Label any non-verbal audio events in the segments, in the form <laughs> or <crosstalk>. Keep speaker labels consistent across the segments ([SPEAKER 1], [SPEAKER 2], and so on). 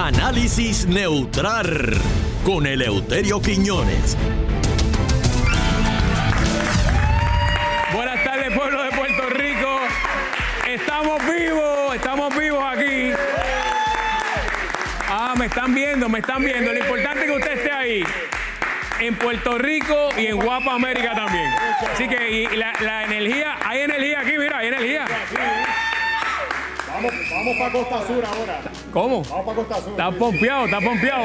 [SPEAKER 1] Análisis neutral con Eleuterio Quiñones.
[SPEAKER 2] Buenas tardes, pueblo de Puerto Rico. Estamos vivos, estamos vivos aquí. Ah, me están viendo, me están viendo. Lo importante es que usted esté ahí. En Puerto Rico y en Guapa América también. Así que y la, la energía, hay energía aquí, mira, hay energía.
[SPEAKER 3] Vamos, vamos para Costa Sur ahora.
[SPEAKER 2] ¿Cómo?
[SPEAKER 3] Vamos para Costa Sur.
[SPEAKER 2] Estás pompeado, estás pompeado.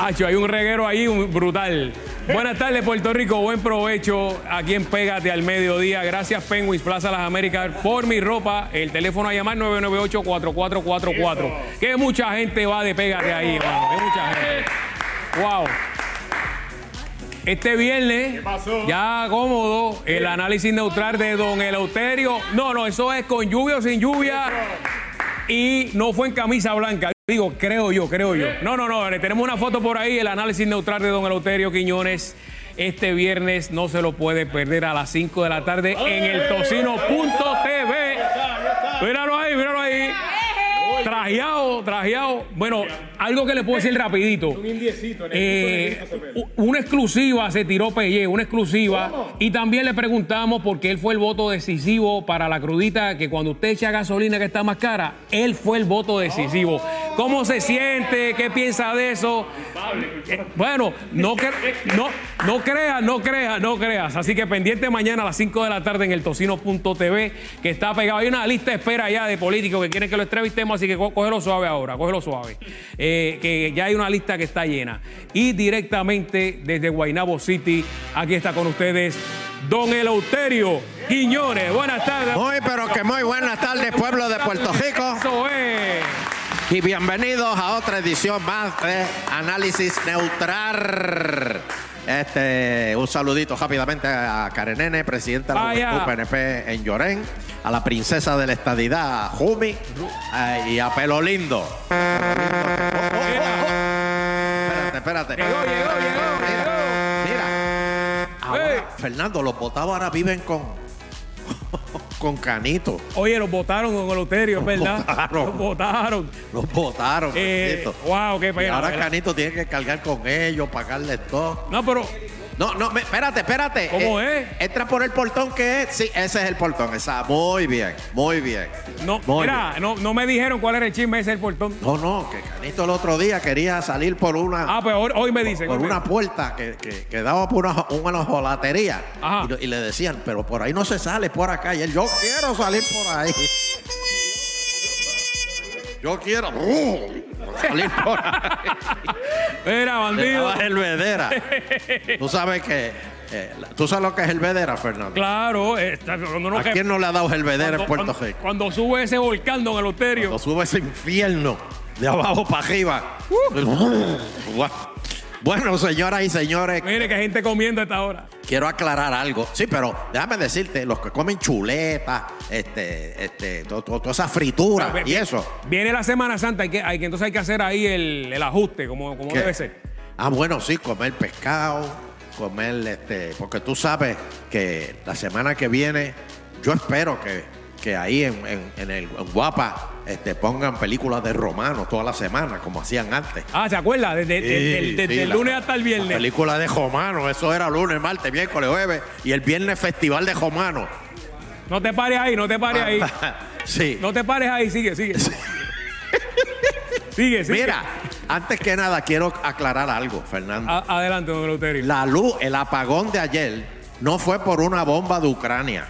[SPEAKER 2] Acho, hay un reguero ahí un- brutal. Buenas tardes, Puerto Rico. Buen provecho. Aquí en Pégate al Mediodía. Gracias, Penguins Plaza Las Américas, por mi ropa. El teléfono a llamar 998-4444. Que mucha gente va de Pégate ahí, hermano. Que mucha gente. Wow. Este viernes,
[SPEAKER 3] pasó?
[SPEAKER 2] ya cómodo, el análisis neutral de Don Eleuterio. No, no, eso es con lluvia o sin lluvia. Y no fue en camisa blanca. Digo, creo yo, creo yo. No, no, no. le Tenemos una foto por ahí, el análisis neutral de Don Eleuterio Quiñones. Este viernes no se lo puede perder a las 5 de la tarde en el tocino.tv. Míralo ahí, míralo ahí. Trajeado, trajeado. Bueno, algo que le puedo decir rapidito.
[SPEAKER 3] Un indiecito en el
[SPEAKER 2] Eh,
[SPEAKER 3] equipo de Cristo
[SPEAKER 2] u- una exclusiva se tiró Pelle, una exclusiva. Y también le preguntamos porque él fue el voto decisivo para la crudita, que cuando usted echa gasolina que está más cara, él fue el voto decisivo. ¿Cómo se siente? ¿Qué piensa de eso? Eh, bueno, no, cre- no, no creas, no creas, no creas. Así que pendiente mañana a las 5 de la tarde en el tocino.tv, que está pegado. Hay una lista de espera ya de políticos que quieren que lo entrevistemos, así que có- cógelo suave ahora, cógelo suave. Eh, que ya hay una lista que está llena. Y directamente desde Guaynabo City, aquí está con ustedes Don Eleuterio Quiñones. Buenas tardes.
[SPEAKER 4] Muy, pero que muy buenas tardes, pueblo de Puerto Rico,
[SPEAKER 2] Eso es.
[SPEAKER 4] y bienvenidos a otra edición más de Análisis Neutral. Este, un saludito rápidamente a Karenene, presidenta de la
[SPEAKER 2] Vaya.
[SPEAKER 4] Juventud PNP en Llorén, a la princesa de la estadidad, a Jumi, eh, y a Pelo Lindo. Espérate, espérate.
[SPEAKER 2] Llegó, llegó, llegó,
[SPEAKER 4] Mira, mira. Ahora,
[SPEAKER 2] Ey.
[SPEAKER 4] Fernando, los votados ahora viven con, <laughs> con Canito.
[SPEAKER 2] Oye, los votaron con Eleuterio, es ¿verdad?
[SPEAKER 4] votaron.
[SPEAKER 2] Los votaron.
[SPEAKER 4] Los votaron,
[SPEAKER 2] Eh,
[SPEAKER 4] bendito.
[SPEAKER 2] wow, qué
[SPEAKER 4] Y
[SPEAKER 2] pena.
[SPEAKER 4] ahora
[SPEAKER 2] ¿verdad?
[SPEAKER 4] Canito tiene que cargar con ellos, pagarles todo.
[SPEAKER 2] No, pero
[SPEAKER 4] No, no, me- espérate, espérate. Eh,
[SPEAKER 2] ¿Cómo es?
[SPEAKER 4] Entra por el portón que es. Sí, ese es el portón. Esa, muy bien, muy bien.
[SPEAKER 2] no,
[SPEAKER 4] Muy
[SPEAKER 2] mira, no, no me dijeron cuál era el chisme ese del portón.
[SPEAKER 4] No, no, que Canito el otro día quería salir por una.
[SPEAKER 2] Ah, pues hoy, hoy me dicen.
[SPEAKER 4] por
[SPEAKER 2] hoy me-
[SPEAKER 4] una puerta que, que, que daba por una, una jolatería.
[SPEAKER 2] Ajá.
[SPEAKER 4] Y, lo- y le decían, pero por ahí no se sale, por acá. Y él, yo quiero salir por ahí. Yo quiero uh, salir por
[SPEAKER 2] <laughs>
[SPEAKER 4] ahí.
[SPEAKER 2] Mira,
[SPEAKER 4] Le
[SPEAKER 2] bandido.
[SPEAKER 4] daba helvedera. tú sabes que. eh, la- tú sabes lo que es helvedera, Fernando.
[SPEAKER 2] Claro, eh, está- cuando uno
[SPEAKER 4] ¿A
[SPEAKER 2] que-
[SPEAKER 4] quién no le ha dado helvedera en Puerto
[SPEAKER 2] cuando-
[SPEAKER 4] Rico?
[SPEAKER 2] cuando sube ese volcán, don Eloterio.
[SPEAKER 4] Cuando sube ese infierno de abajo para arriba.
[SPEAKER 2] Uh.
[SPEAKER 4] <laughs> Guau. bueno, señoras y señores,
[SPEAKER 2] Mire que hay gente comiendo a esta hora.
[SPEAKER 4] Quiero aclarar algo. Sí, pero déjame decirte, los que comen chuletas, este, este, to- to- toda esa fritura
[SPEAKER 2] Pero,
[SPEAKER 4] y eso.
[SPEAKER 2] Viene la Semana Santa, hay que, hay que, entonces hay que hacer ahí el, el ajuste, como, como
[SPEAKER 4] ¿qué?
[SPEAKER 2] debe ser.
[SPEAKER 4] Ah, bueno, sí, comer pescado, comer, este, porque tú sabes que la semana que viene, yo espero que, que ahí en, en- en el en Guapa este, pongan películas de romanos toda la semana, como hacían antes.
[SPEAKER 2] Ah, ¿se acuerda? Desde, desde-
[SPEAKER 4] Sí,
[SPEAKER 2] desde- desde
[SPEAKER 4] sí,
[SPEAKER 2] el
[SPEAKER 4] la-
[SPEAKER 2] lunes hasta el
[SPEAKER 4] La
[SPEAKER 2] viernes.
[SPEAKER 4] película de Romano, eso era lunes, martes, miércoles, jueves, y el viernes festival de Romano.
[SPEAKER 2] No te pares ahí, no te
[SPEAKER 4] Ah.
[SPEAKER 2] pares ahí.
[SPEAKER 4] <laughs> sí.
[SPEAKER 2] No te pares ahí, sigue, sigue. sigue, sigue.
[SPEAKER 4] Mira, antes que nada quiero aclarar algo, Fernando.
[SPEAKER 2] A- adelante, don Eleuterio.
[SPEAKER 4] La luz, el apagón de ayer no fue por una bomba de Ucrania.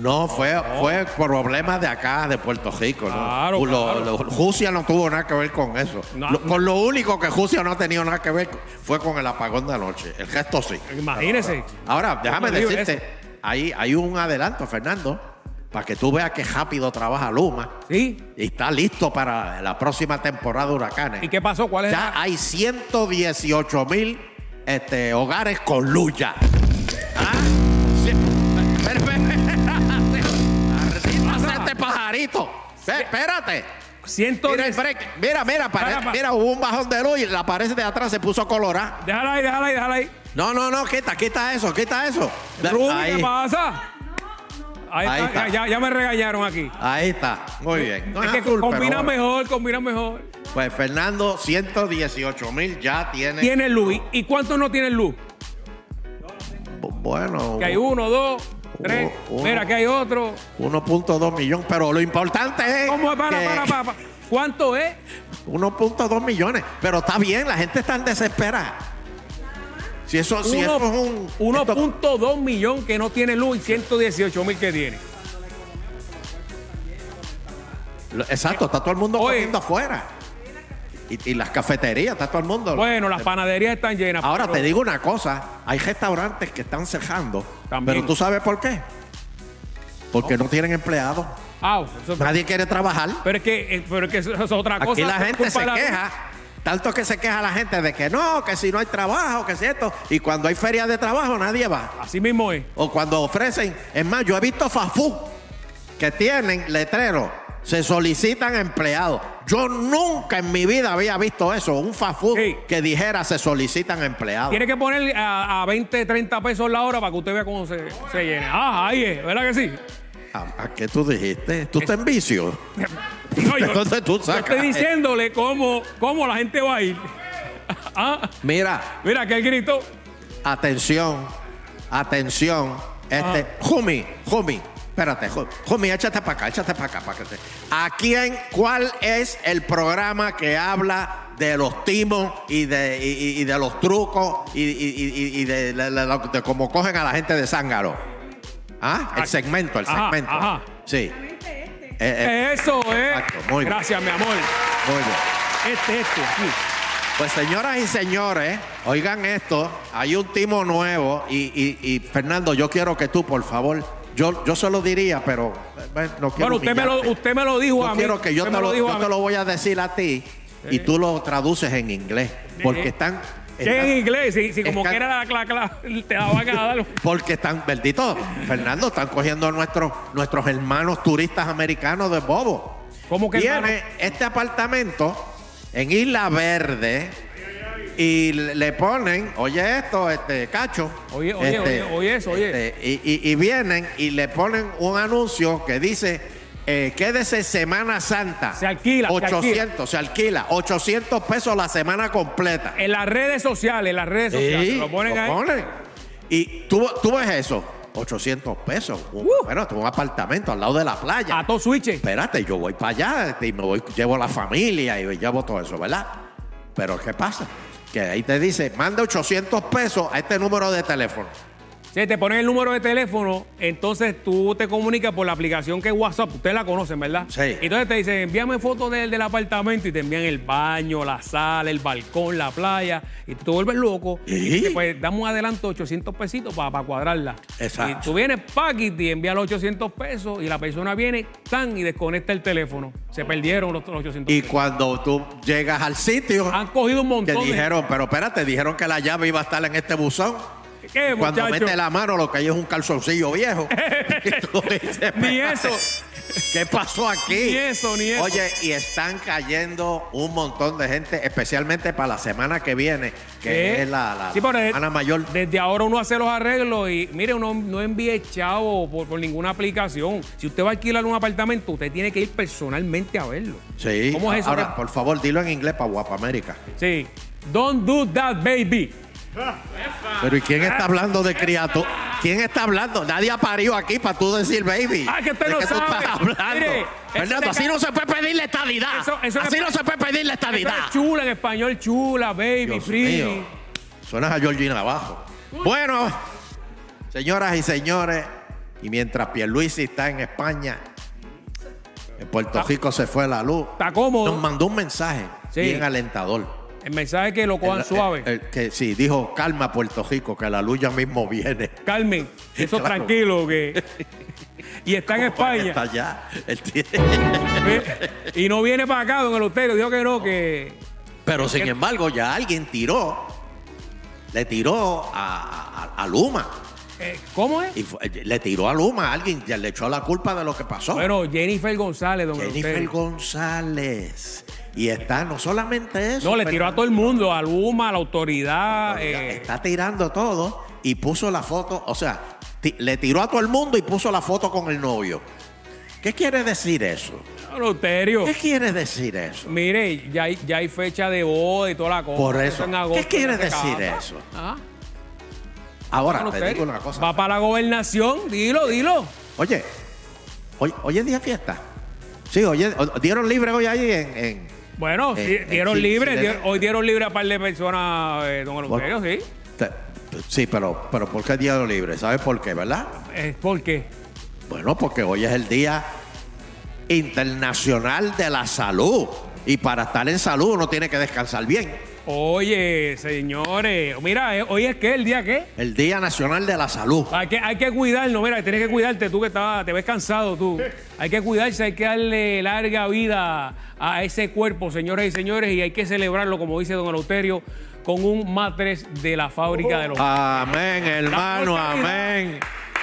[SPEAKER 4] No, fue, fue problemas de acá, de Puerto Rico. ¿no?
[SPEAKER 2] Claro,
[SPEAKER 4] Lo-
[SPEAKER 2] claro.
[SPEAKER 4] lo- Rusia no tuvo nada que ver con eso.
[SPEAKER 2] No.
[SPEAKER 4] Lo- con lo único que Rusia no ha tenido nada que ver fue con el apagón de anoche. El resto sí.
[SPEAKER 2] Imagínese.
[SPEAKER 4] Ahora, déjame
[SPEAKER 2] Digo
[SPEAKER 4] decirte,
[SPEAKER 2] eso.
[SPEAKER 4] hay, hay un adelanto, Fernando, para que tú veas qué rápido trabaja Luma.
[SPEAKER 2] ¿Sí?
[SPEAKER 4] Y está listo para la próxima temporada de huracanes.
[SPEAKER 2] ¿Y qué pasó? ¿Cuál es?
[SPEAKER 4] Ya hay 118 mil este, hogares con luz ya. ¿Ah? Sí. Espera, espera, espera. Ardita, este pajarito. Ve, Espérate.
[SPEAKER 2] la- Ciento
[SPEAKER 4] Mira, el
[SPEAKER 2] diez-
[SPEAKER 4] break. mira, mira, parece-
[SPEAKER 2] Para, pa-
[SPEAKER 4] mira, hubo un bajón de luz y la pared de atrás se puso colorada.
[SPEAKER 2] Déjala ahí, déjala ahí, déjala ahí.
[SPEAKER 4] No, no, no, quita, quita eso, quita eso.
[SPEAKER 2] Rubi,
[SPEAKER 4] Ahí.
[SPEAKER 2] ¿qué pasa? Ahí
[SPEAKER 4] Ahí
[SPEAKER 2] está,
[SPEAKER 4] está.
[SPEAKER 2] Ya, ya me regañaron aquí.
[SPEAKER 4] Ahí está, muy bien. No
[SPEAKER 2] es
[SPEAKER 4] es
[SPEAKER 2] que
[SPEAKER 4] azul, pero
[SPEAKER 2] combina
[SPEAKER 4] bueno.
[SPEAKER 2] mejor, combina mejor.
[SPEAKER 4] Pues Fernando, 118 mil ya tiene.
[SPEAKER 2] Tiene luz. ¿Y y cuántos no tienen luz?
[SPEAKER 4] Bueno,
[SPEAKER 2] Que hay uno, dos, tres.
[SPEAKER 4] Uno.
[SPEAKER 2] Mira, que hay otro.
[SPEAKER 4] 1.2 millón, pero lo importante es.
[SPEAKER 2] ¿Cómo es? Para,
[SPEAKER 4] que-
[SPEAKER 2] para, para, para. ¿Cuánto es?
[SPEAKER 4] 1.2 millones, pero está bien, la gente está en desesperada. Si eso, si
[SPEAKER 2] Uno-
[SPEAKER 4] eso es un. esto-
[SPEAKER 2] 1.2 millón que no tiene luz y 118 mil que tiene.
[SPEAKER 4] lo- exacto, está todo el mundo
[SPEAKER 2] Oye.
[SPEAKER 4] comiendo afuera. Y, y las cafeterías, está todo el mundo.
[SPEAKER 2] Bueno, las panaderías están llenas.
[SPEAKER 4] Ahora
[SPEAKER 2] pero-
[SPEAKER 4] te digo una cosa, hay restaurantes que están cerrando,
[SPEAKER 2] También.
[SPEAKER 4] pero tú sabes por qué. Porque no tienen empleados,
[SPEAKER 2] Ah, eso-
[SPEAKER 4] nadie quiere trabajar.
[SPEAKER 2] pero es que, eh, pero es que eso es otra cosa.
[SPEAKER 4] Aquí la
[SPEAKER 2] por
[SPEAKER 4] gente
[SPEAKER 2] culpa
[SPEAKER 4] se
[SPEAKER 2] de la-
[SPEAKER 4] queja, tanto que se queja la gente de que no, que si no hay trabajo, que si esto, y cuando hay ferias de trabajo nadie va.
[SPEAKER 2] Así mismo es.
[SPEAKER 4] O cuando ofrecen, es más, yo he visto Fafú que tienen letreros, se solicitan empleados. Yo nunca en mi vida había visto eso, un Fafú
[SPEAKER 2] Sí.
[SPEAKER 4] que dijera se solicitan empleados.
[SPEAKER 2] Tiene que poner a, a 20, 30 pesos la hora para que usted vea cómo se, se llena. Ah, ahí es, ¿verdad que sí?
[SPEAKER 4] ¿A, a Ah, qué tú dijiste? ¿Tú estás en vicio?
[SPEAKER 2] No, yo-
[SPEAKER 4] <laughs> Entonces tú
[SPEAKER 2] yo
[SPEAKER 4] sacas.
[SPEAKER 2] estoy diciéndole cómo, cómo la gente va a ir. <laughs> Ah,
[SPEAKER 4] Mira,
[SPEAKER 2] mira, que el grito.
[SPEAKER 4] atención, atención.
[SPEAKER 2] Ah.
[SPEAKER 4] Este, Jumi, Jumi, espérate, Ju- Jumi, échate para acá, échate para acá, para que te- ¿A quién, cuál es el programa que habla de los timos y de, y, y- y de los trucos y, y- y- y de, la- la- la- de cómo cogen a la gente de zángaro? ¿Ah? El segmento, el
[SPEAKER 2] Ajá,
[SPEAKER 4] segmento.
[SPEAKER 2] ajá.
[SPEAKER 4] Sí. Eh, eh,
[SPEAKER 2] Eso es.
[SPEAKER 4] exacto, muy bien.
[SPEAKER 2] Gracias, mi amor.
[SPEAKER 4] muy bien.
[SPEAKER 2] Este, este, aquí.
[SPEAKER 4] Pues señoras y señores, oigan esto, hay un timo nuevo y, y- y, Fernando, yo quiero que tú, por favor, yo, yo se lo diría, pero eh, no quiero
[SPEAKER 2] Bueno, usted me,
[SPEAKER 4] humillarte.
[SPEAKER 2] lo, usted me lo dijo
[SPEAKER 4] Yo
[SPEAKER 2] a mí.
[SPEAKER 4] quiero que yo,
[SPEAKER 2] Usted
[SPEAKER 4] te
[SPEAKER 2] me
[SPEAKER 4] lo,
[SPEAKER 2] dijo
[SPEAKER 4] yo
[SPEAKER 2] a
[SPEAKER 4] te
[SPEAKER 2] mí.
[SPEAKER 4] lo voy a decir a ti y tú lo traduces en inglés, porque están...
[SPEAKER 2] Que
[SPEAKER 4] están-
[SPEAKER 2] en inglés, si, si como
[SPEAKER 4] están-
[SPEAKER 2] quiera la, la, la- te la van a dar.
[SPEAKER 4] Porque están, bendito, Fernando, están cogiendo a nuestros, nuestros hermanos turistas americanos de bobo.
[SPEAKER 2] ¿Cómo que
[SPEAKER 4] Tiene
[SPEAKER 2] hermano?
[SPEAKER 4] este apartamento en Isla Verde y le le ponen, oye esto, este, cacho.
[SPEAKER 2] Oye, oye, oye, oye eso, oye.
[SPEAKER 4] este, y, y- y vienen y le ponen un anuncio que dice, eh, quédese Semana Santa.
[SPEAKER 2] Se alquila, se alquila.
[SPEAKER 4] 800, se alquila. 800 pesos la semana completa.
[SPEAKER 2] En las redes sociales, en las redes sociales.
[SPEAKER 4] Sí,
[SPEAKER 2] lo ponen ahí.
[SPEAKER 4] Y tú, tú ves eso, 800 pesos. Un- Bueno, tengo un apartamento al lado de la playa.
[SPEAKER 2] Uh. A todos switches.
[SPEAKER 4] Espérate, yo voy para allá este, y me voy, llevo la familia y llevo todo eso, ¿verdad? Pero ¿qué pasa? Que ahí te dice, manda 800 pesos a este número de teléfono.
[SPEAKER 2] Si te ponen el número de teléfono, entonces tú te comunicas por la aplicación que es WhatsApp. Ustedes la conocen, ¿verdad?
[SPEAKER 4] Sí.
[SPEAKER 2] Entonces te dicen, envíame fotos del, del apartamento y te envían el baño, la sala, el balcón, la playa. Y tú te vuelves loco.
[SPEAKER 4] ¿Y?
[SPEAKER 2] Y te, pues damos un adelanto 800 pesitos para cuadrarla.
[SPEAKER 4] Exacto.
[SPEAKER 2] Y tú vienes, pack y te envías los 800 pesos y la persona viene, tan y desconecta el teléfono. Se perdieron los, los 800
[SPEAKER 4] Y
[SPEAKER 2] pesos.
[SPEAKER 4] cuando tú llegas al sitio,
[SPEAKER 2] Han cogido un
[SPEAKER 4] te
[SPEAKER 2] montón de-
[SPEAKER 4] dijeron, pero espérate, dijeron que la llave iba a estar en este buzón.
[SPEAKER 2] ¿Qué,
[SPEAKER 4] Cuando
[SPEAKER 2] Eh, muchacho?
[SPEAKER 4] mete la mano, lo que hay es un calzoncillo
[SPEAKER 2] <laughs>
[SPEAKER 4] viejo. Y tú dices,
[SPEAKER 2] Ni
[SPEAKER 4] <laughs>
[SPEAKER 2] eso.
[SPEAKER 4] ¿Qué pasó aquí?
[SPEAKER 2] Ni eso, ni eso.
[SPEAKER 4] Oye, y están cayendo un montón de gente, especialmente para la semana que viene, que
[SPEAKER 2] ¿Qué?
[SPEAKER 4] es la, la
[SPEAKER 2] Sí, pero de-
[SPEAKER 4] semana mayor.
[SPEAKER 2] Desde ahora uno hace los arreglos y mire, uno no envíe chavo por, por ninguna aplicación. Si usted va a alquilar un apartamento, usted tiene que ir personalmente a verlo.
[SPEAKER 4] Sí.
[SPEAKER 2] ¿Cómo es eso?
[SPEAKER 4] Ahora,
[SPEAKER 2] que-
[SPEAKER 4] por favor, dilo en inglés para Guapa América.
[SPEAKER 2] Sí. Don't do that, baby.
[SPEAKER 4] Pero ¿y quién
[SPEAKER 2] Ah.
[SPEAKER 4] está hablando de criatura? ¿Quién está hablando? Nadie ha parido aquí para tú decir baby.
[SPEAKER 2] Ah, que usted
[SPEAKER 4] ¿De
[SPEAKER 2] no
[SPEAKER 4] qué tú
[SPEAKER 2] sabe.
[SPEAKER 4] estás hablando?
[SPEAKER 2] Mire, eso
[SPEAKER 4] Fernando,
[SPEAKER 2] le
[SPEAKER 4] así
[SPEAKER 2] ca-
[SPEAKER 4] no se puede pedir la estadidad.
[SPEAKER 2] Eso- eso le-
[SPEAKER 4] así no se puede pedir
[SPEAKER 2] Eso
[SPEAKER 4] la estadidad.
[SPEAKER 2] es chula en español, chula, baby,
[SPEAKER 4] Dios
[SPEAKER 2] free.
[SPEAKER 4] mío. Suenas a Georgina abajo. Bueno, señoras y señores, y mientras Pierluisi está en España, en Puerto Rico se fue la luz.
[SPEAKER 2] Está cómodo.
[SPEAKER 4] Nos mandó un mensaje
[SPEAKER 2] Ah. Sí.
[SPEAKER 4] bien alentador.
[SPEAKER 2] El mensaje es que lo cojan
[SPEAKER 4] El-
[SPEAKER 2] suave.
[SPEAKER 4] el- el que sí, dijo, calma Puerto Rico, que la luz ya mismo viene.
[SPEAKER 2] Carmen, eso
[SPEAKER 4] Claro.
[SPEAKER 2] tranquilo
[SPEAKER 4] <laughs>
[SPEAKER 2] que. Y está en España.
[SPEAKER 4] Está allá. Él tiene-
[SPEAKER 2] Ve, Y no viene para acá, don Eleuterio. Dijo que no, que.
[SPEAKER 4] <laughs> Pero sin embargo, ya alguien tiró, le tiró a- a- a Luma.
[SPEAKER 2] eh, ¿Cómo es?
[SPEAKER 4] Y fue- le tiró a Luma, alguien ya le echó la culpa de lo que pasó.
[SPEAKER 2] Bueno, Jennifer González, don
[SPEAKER 4] Jennifer
[SPEAKER 2] Eleuterio.
[SPEAKER 4] González. Y está no solamente eso.
[SPEAKER 2] No, le
[SPEAKER 4] pero
[SPEAKER 2] tiró a todo el mundo, a Luma, a la autoridad. eh,
[SPEAKER 4] Está tirando todo y puso la foto. O sea, ti- le tiró a todo el mundo y puso la foto con el novio. ¿Qué quiere decir eso?
[SPEAKER 2] Eleuterio.
[SPEAKER 4] ¿Qué quiere decir eso?
[SPEAKER 2] Mire, ya hay, ya hay fecha de boda y toda la cosa.
[SPEAKER 4] Por eso.
[SPEAKER 2] en
[SPEAKER 4] ¿Qué
[SPEAKER 2] agosto
[SPEAKER 4] quiere
[SPEAKER 2] ya se
[SPEAKER 4] decir
[SPEAKER 2] casa.
[SPEAKER 4] eso?
[SPEAKER 2] Ah,
[SPEAKER 4] Ahora, te
[SPEAKER 2] Eleuterio.
[SPEAKER 4] digo una cosa.
[SPEAKER 2] Va para la gobernación, dilo, dilo.
[SPEAKER 4] Oye, hoy, hoy es día de fiesta. Sí, oye, dieron libre hoy ahí en... en-
[SPEAKER 2] Bueno,
[SPEAKER 4] en-
[SPEAKER 2] di-
[SPEAKER 4] en-
[SPEAKER 2] dieron
[SPEAKER 4] Eh, sí,
[SPEAKER 2] libre,
[SPEAKER 4] sí,
[SPEAKER 2] di-
[SPEAKER 4] de-
[SPEAKER 2] hoy dieron libre a un par de personas, eh, don Eleuterio,
[SPEAKER 4] Bueno.
[SPEAKER 2] sí.
[SPEAKER 4] Te- Sí, pero, pero ¿por qué dieron libre? ¿Sabes por qué, verdad?
[SPEAKER 2] Eh, ¿Por qué?
[SPEAKER 4] Bueno, porque hoy es el Día Internacional de la Salud. Y para estar en salud uno tiene que descansar bien.
[SPEAKER 2] Oye, señores, mira, eh, hoy es que el día qué?
[SPEAKER 4] El Día Nacional de la Salud.
[SPEAKER 2] Hay que, hay que cuidarnos, mira, tienes que cuidarte tú que estás, te ves cansado tú. Hay que cuidarse, hay que darle larga vida a ese cuerpo, señoras y señores, y hay que celebrarlo, como dice don Eleuterio, con un matres de la fábrica de los...
[SPEAKER 5] Ah,
[SPEAKER 4] Amén, hermano,
[SPEAKER 2] La puta vida.
[SPEAKER 4] amén.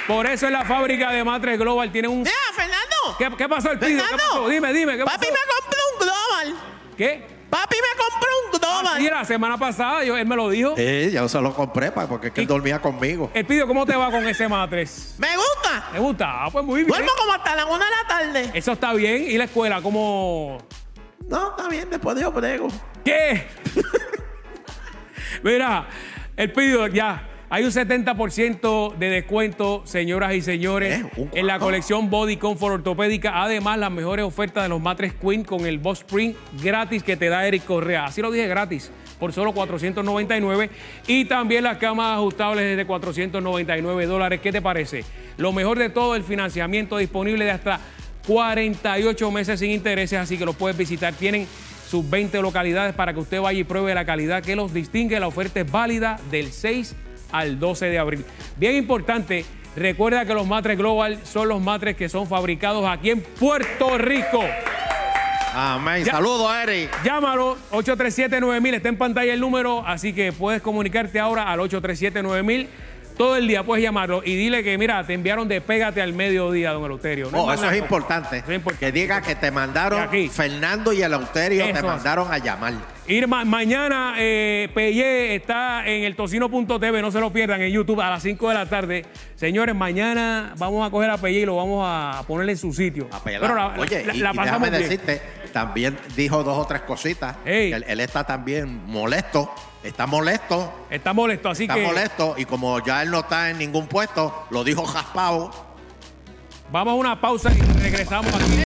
[SPEAKER 2] Por eso en la fábrica de matres global tiene un...
[SPEAKER 5] Mira, Fernando.
[SPEAKER 2] ¿Qué, qué pasó el pido? ¿Qué
[SPEAKER 5] Fernando.
[SPEAKER 2] pasó? Dime, dime, ¿qué
[SPEAKER 5] Papi
[SPEAKER 2] pasó?
[SPEAKER 5] me compró un global.
[SPEAKER 2] ¿Qué?
[SPEAKER 5] Papi me compró un global.
[SPEAKER 2] Sí, la semana pasada yo- él me lo
[SPEAKER 5] Eh.
[SPEAKER 2] dijo.
[SPEAKER 4] Sí, yo se lo compré pa, porque es que él dormía conmigo.
[SPEAKER 2] El pido, ¿cómo te va con ese matres?
[SPEAKER 5] me gusta.
[SPEAKER 2] ¿Te gusta? Ah, pues muy bien.
[SPEAKER 5] Duermo como hasta la una de la tarde.
[SPEAKER 2] Eso está bien. ¿Y la escuela? ¿Cómo...?
[SPEAKER 4] No, está bien, después yo prego.
[SPEAKER 2] ¿Qué? Mira, el pido ya. Hay un 70% de descuento, señoras y señores,
[SPEAKER 4] ¿Eh? ¿Un
[SPEAKER 2] en la
[SPEAKER 4] cuánto?
[SPEAKER 2] colección Body Comfort Ortopédica. Además, las mejores ofertas de los Matres Queen con el Boss Print gratis que te da Eric Correa. Así lo dije, gratis, por solo 499. Y también las camas ajustables desde 499 dólares. ¿Qué te parece? Lo mejor de todo, el financiamiento disponible de hasta 48 meses sin intereses, así que los puedes visitar. Tienen sus 20 localidades para que usted vaya y pruebe la calidad que los distingue. La oferta es válida del 6 al 12 de abril. Bien importante, recuerda que los matres Global son los matres que son fabricados aquí en Puerto Rico.
[SPEAKER 4] Amén.
[SPEAKER 2] Ya.
[SPEAKER 4] Saludos, Eric.
[SPEAKER 2] Llámalo 837-9000, está en pantalla el número, así que puedes comunicarte ahora al 837-9000. Todo el día puedes llamarlo y dile que, mira, te enviaron de Pégate al mediodía, don Eleuterio. No
[SPEAKER 4] Oh,
[SPEAKER 2] más
[SPEAKER 4] eso
[SPEAKER 2] nada.
[SPEAKER 4] es importante.
[SPEAKER 2] Eso es importante.
[SPEAKER 4] Que diga que te mandaron,
[SPEAKER 2] De aquí.
[SPEAKER 4] Fernando y Eleuterio
[SPEAKER 2] Eso
[SPEAKER 4] te
[SPEAKER 2] hace.
[SPEAKER 4] mandaron a llamar.
[SPEAKER 2] Irma, mañana eh, Pelle está en el tocino.tv, no se lo pierdan en YouTube a las 5 de la tarde. Señores, mañana vamos a coger a Pelle y lo vamos a poner en su sitio.
[SPEAKER 4] A pelar.
[SPEAKER 2] Pero la,
[SPEAKER 4] Oye,
[SPEAKER 2] la-
[SPEAKER 4] y,
[SPEAKER 2] la
[SPEAKER 4] y
[SPEAKER 2] pasamos
[SPEAKER 4] déjame
[SPEAKER 2] bien.
[SPEAKER 4] decirte, también dijo dos o tres cositas.
[SPEAKER 2] Ey.
[SPEAKER 4] Él, él está también molesto, está molesto,
[SPEAKER 2] Está molesto, así
[SPEAKER 4] está
[SPEAKER 2] que
[SPEAKER 4] molesto. Y como ya él no está en ningún puesto, lo dijo Jaspao.
[SPEAKER 2] vamos a una pausa y regresamos aquí.